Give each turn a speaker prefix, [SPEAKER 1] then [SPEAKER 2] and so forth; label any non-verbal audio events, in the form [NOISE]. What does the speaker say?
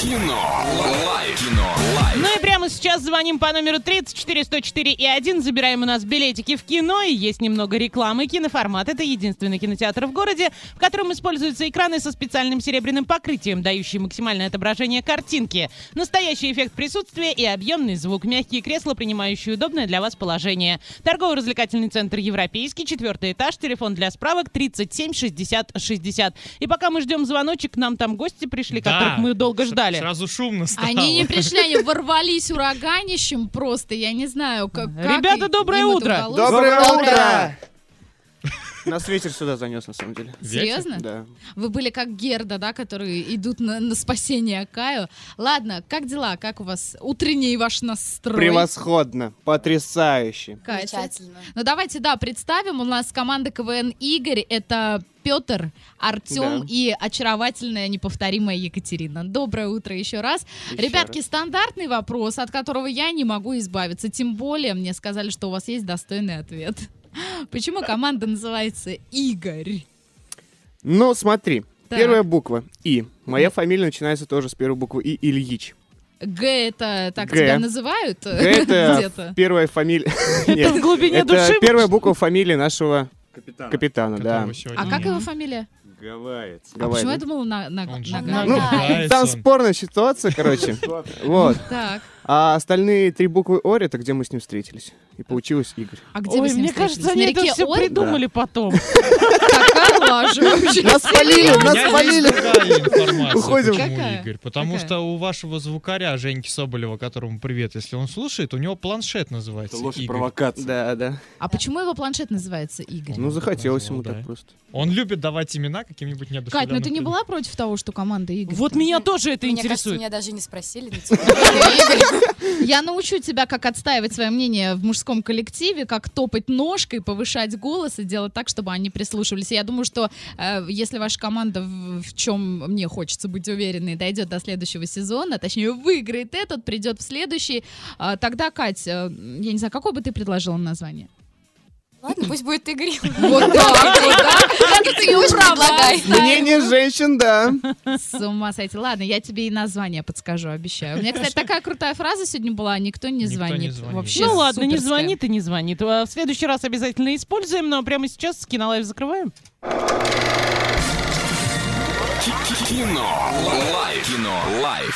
[SPEAKER 1] Кино. Лайф. Кино. Лайф.
[SPEAKER 2] Ну и прямо сейчас звоним по номеру 34104 и 1, забираем у нас билетики в кино, и есть немного рекламы. Киноформат — это единственный кинотеатр в городе, в котором используются экраны со специальным серебряным покрытием, дающие максимальное отображение картинки, настоящий эффект присутствия и объемный звук, мягкие кресла, принимающие удобное для вас положение. Торгово-развлекательный центр «Европейский», четвертый этаж, телефон для справок 37 60 60. И пока мы ждем звоночек, к нам там гости пришли,
[SPEAKER 3] Да.
[SPEAKER 2] которых мы долго
[SPEAKER 3] С-
[SPEAKER 2] ждали.
[SPEAKER 3] Сразу шумно стало.
[SPEAKER 4] Они не пришли, они ворвались ураганищем просто, я не знаю, как... как
[SPEAKER 2] Ребята,
[SPEAKER 4] им
[SPEAKER 2] доброе
[SPEAKER 4] это
[SPEAKER 2] утро.
[SPEAKER 4] удалось.
[SPEAKER 5] Доброе утро! Нас ветер сюда занес, на самом деле.
[SPEAKER 4] Серьезно?
[SPEAKER 5] Да.
[SPEAKER 4] Вы были как Герда, да, которые идут на, на спасение Каю. Ладно, как дела? Как у вас утренний ваш настрой?
[SPEAKER 5] Превосходно, потрясающе.
[SPEAKER 4] Катя?
[SPEAKER 6] Замечательно.
[SPEAKER 4] Ну давайте, да, представим. У нас команда КВН Игорь. Это Петр, Артем
[SPEAKER 5] Да.
[SPEAKER 4] и очаровательная, неповторимая Екатерина. Доброе утро еще раз.
[SPEAKER 5] Еще
[SPEAKER 4] Ребятки,
[SPEAKER 5] раз.
[SPEAKER 4] стандартный вопрос, от которого я не могу избавиться. Тем более мне сказали, что у вас есть достойный ответ. Почему команда называется Игорь?
[SPEAKER 5] Ну, смотри,
[SPEAKER 4] Так.
[SPEAKER 5] первая буква И. Моя фамилия начинается тоже с первой буквы И. Ильич.
[SPEAKER 4] Г это так
[SPEAKER 5] Г.
[SPEAKER 4] тебя называют
[SPEAKER 5] Г это
[SPEAKER 4] [LAUGHS] где-то?
[SPEAKER 5] первая фамилия. [LAUGHS]
[SPEAKER 2] Это в глубине
[SPEAKER 5] Это
[SPEAKER 2] души.
[SPEAKER 5] первая буква фамилии нашего капитана, да.
[SPEAKER 3] которого сегодня
[SPEAKER 4] А как
[SPEAKER 3] нет.
[SPEAKER 4] его фамилия? А
[SPEAKER 5] Давай,
[SPEAKER 4] почему
[SPEAKER 5] да.
[SPEAKER 4] я думала на, на,
[SPEAKER 3] Он же
[SPEAKER 4] на
[SPEAKER 6] на-
[SPEAKER 4] Г?
[SPEAKER 3] Ну,
[SPEAKER 6] Да.
[SPEAKER 3] нравится
[SPEAKER 5] [LAUGHS] Там
[SPEAKER 3] он.
[SPEAKER 5] спорная [LAUGHS] ситуация, короче. Вот.
[SPEAKER 4] Так,
[SPEAKER 5] А остальные три буквы Ори, это где мы с ним встретились. И получилось Игорь.
[SPEAKER 4] а где вы
[SPEAKER 2] Ой,
[SPEAKER 4] с ним
[SPEAKER 2] мне
[SPEAKER 4] встретились?
[SPEAKER 2] кажется, они
[SPEAKER 4] на
[SPEAKER 2] это
[SPEAKER 4] реке
[SPEAKER 2] все
[SPEAKER 4] Орь?
[SPEAKER 2] придумали потом.
[SPEAKER 5] [LAUGHS]
[SPEAKER 4] Какая лажа вообще?
[SPEAKER 5] Нас спалили,
[SPEAKER 3] У
[SPEAKER 5] нас
[SPEAKER 3] меня
[SPEAKER 5] спалили.
[SPEAKER 3] есть другая информация,
[SPEAKER 5] Уходим.
[SPEAKER 3] почему
[SPEAKER 4] Какая?
[SPEAKER 3] Игорь. Потому
[SPEAKER 4] Какая?
[SPEAKER 3] что у вашего звукаря, Женьки Соболева, которому привет, если он слушает, у него планшет называется Игорь.
[SPEAKER 5] Да, да.
[SPEAKER 4] А почему его планшет называется Игорь?
[SPEAKER 5] Ну, захотелось ему
[SPEAKER 3] Да.
[SPEAKER 5] так просто.
[SPEAKER 3] Он любит давать имена каким-нибудь неодушевленным.
[SPEAKER 4] Кать, ну ты не
[SPEAKER 3] людям.
[SPEAKER 4] была против того, что команда Игорь?
[SPEAKER 2] Вот меня тоже это
[SPEAKER 6] Мне кажется,
[SPEAKER 2] интересует.
[SPEAKER 6] меня даже не спросили. но
[SPEAKER 4] Ты
[SPEAKER 6] типа,
[SPEAKER 4] Игорь. Я научу тебя, как отстаивать свое мнение в мужском коллективе, как топать ножкой, повышать голос и делать так, чтобы они прислушивались. И Я думаю, что э, если ваша команда, в, в чем мне хочется быть уверенной, дойдет до следующего сезона, точнее выиграет этот, придет в следующий, э, тогда, Кать, э, я не знаю, какое бы ты предложила название?
[SPEAKER 6] Ладно, пусть будет Игорь.
[SPEAKER 4] Вот так, вот так. Как ты
[SPEAKER 6] Ты уж предлагай.
[SPEAKER 5] Мнение женщин, да.
[SPEAKER 4] С ума сойти. Ладно, я тебе и название подскажу, обещаю. У меня, кстати, такая крутая фраза сегодня была. Никто не
[SPEAKER 3] Никто не
[SPEAKER 4] звонит.
[SPEAKER 3] звонит.
[SPEAKER 4] Вообще
[SPEAKER 3] Честно,
[SPEAKER 2] Ну ладно, не
[SPEAKER 4] суперская.
[SPEAKER 2] звонит и не звонит. А В следующий раз обязательно используем, но прямо сейчас кинолайв закрываем.
[SPEAKER 1] Кино. Лайф. Кино. Лайф.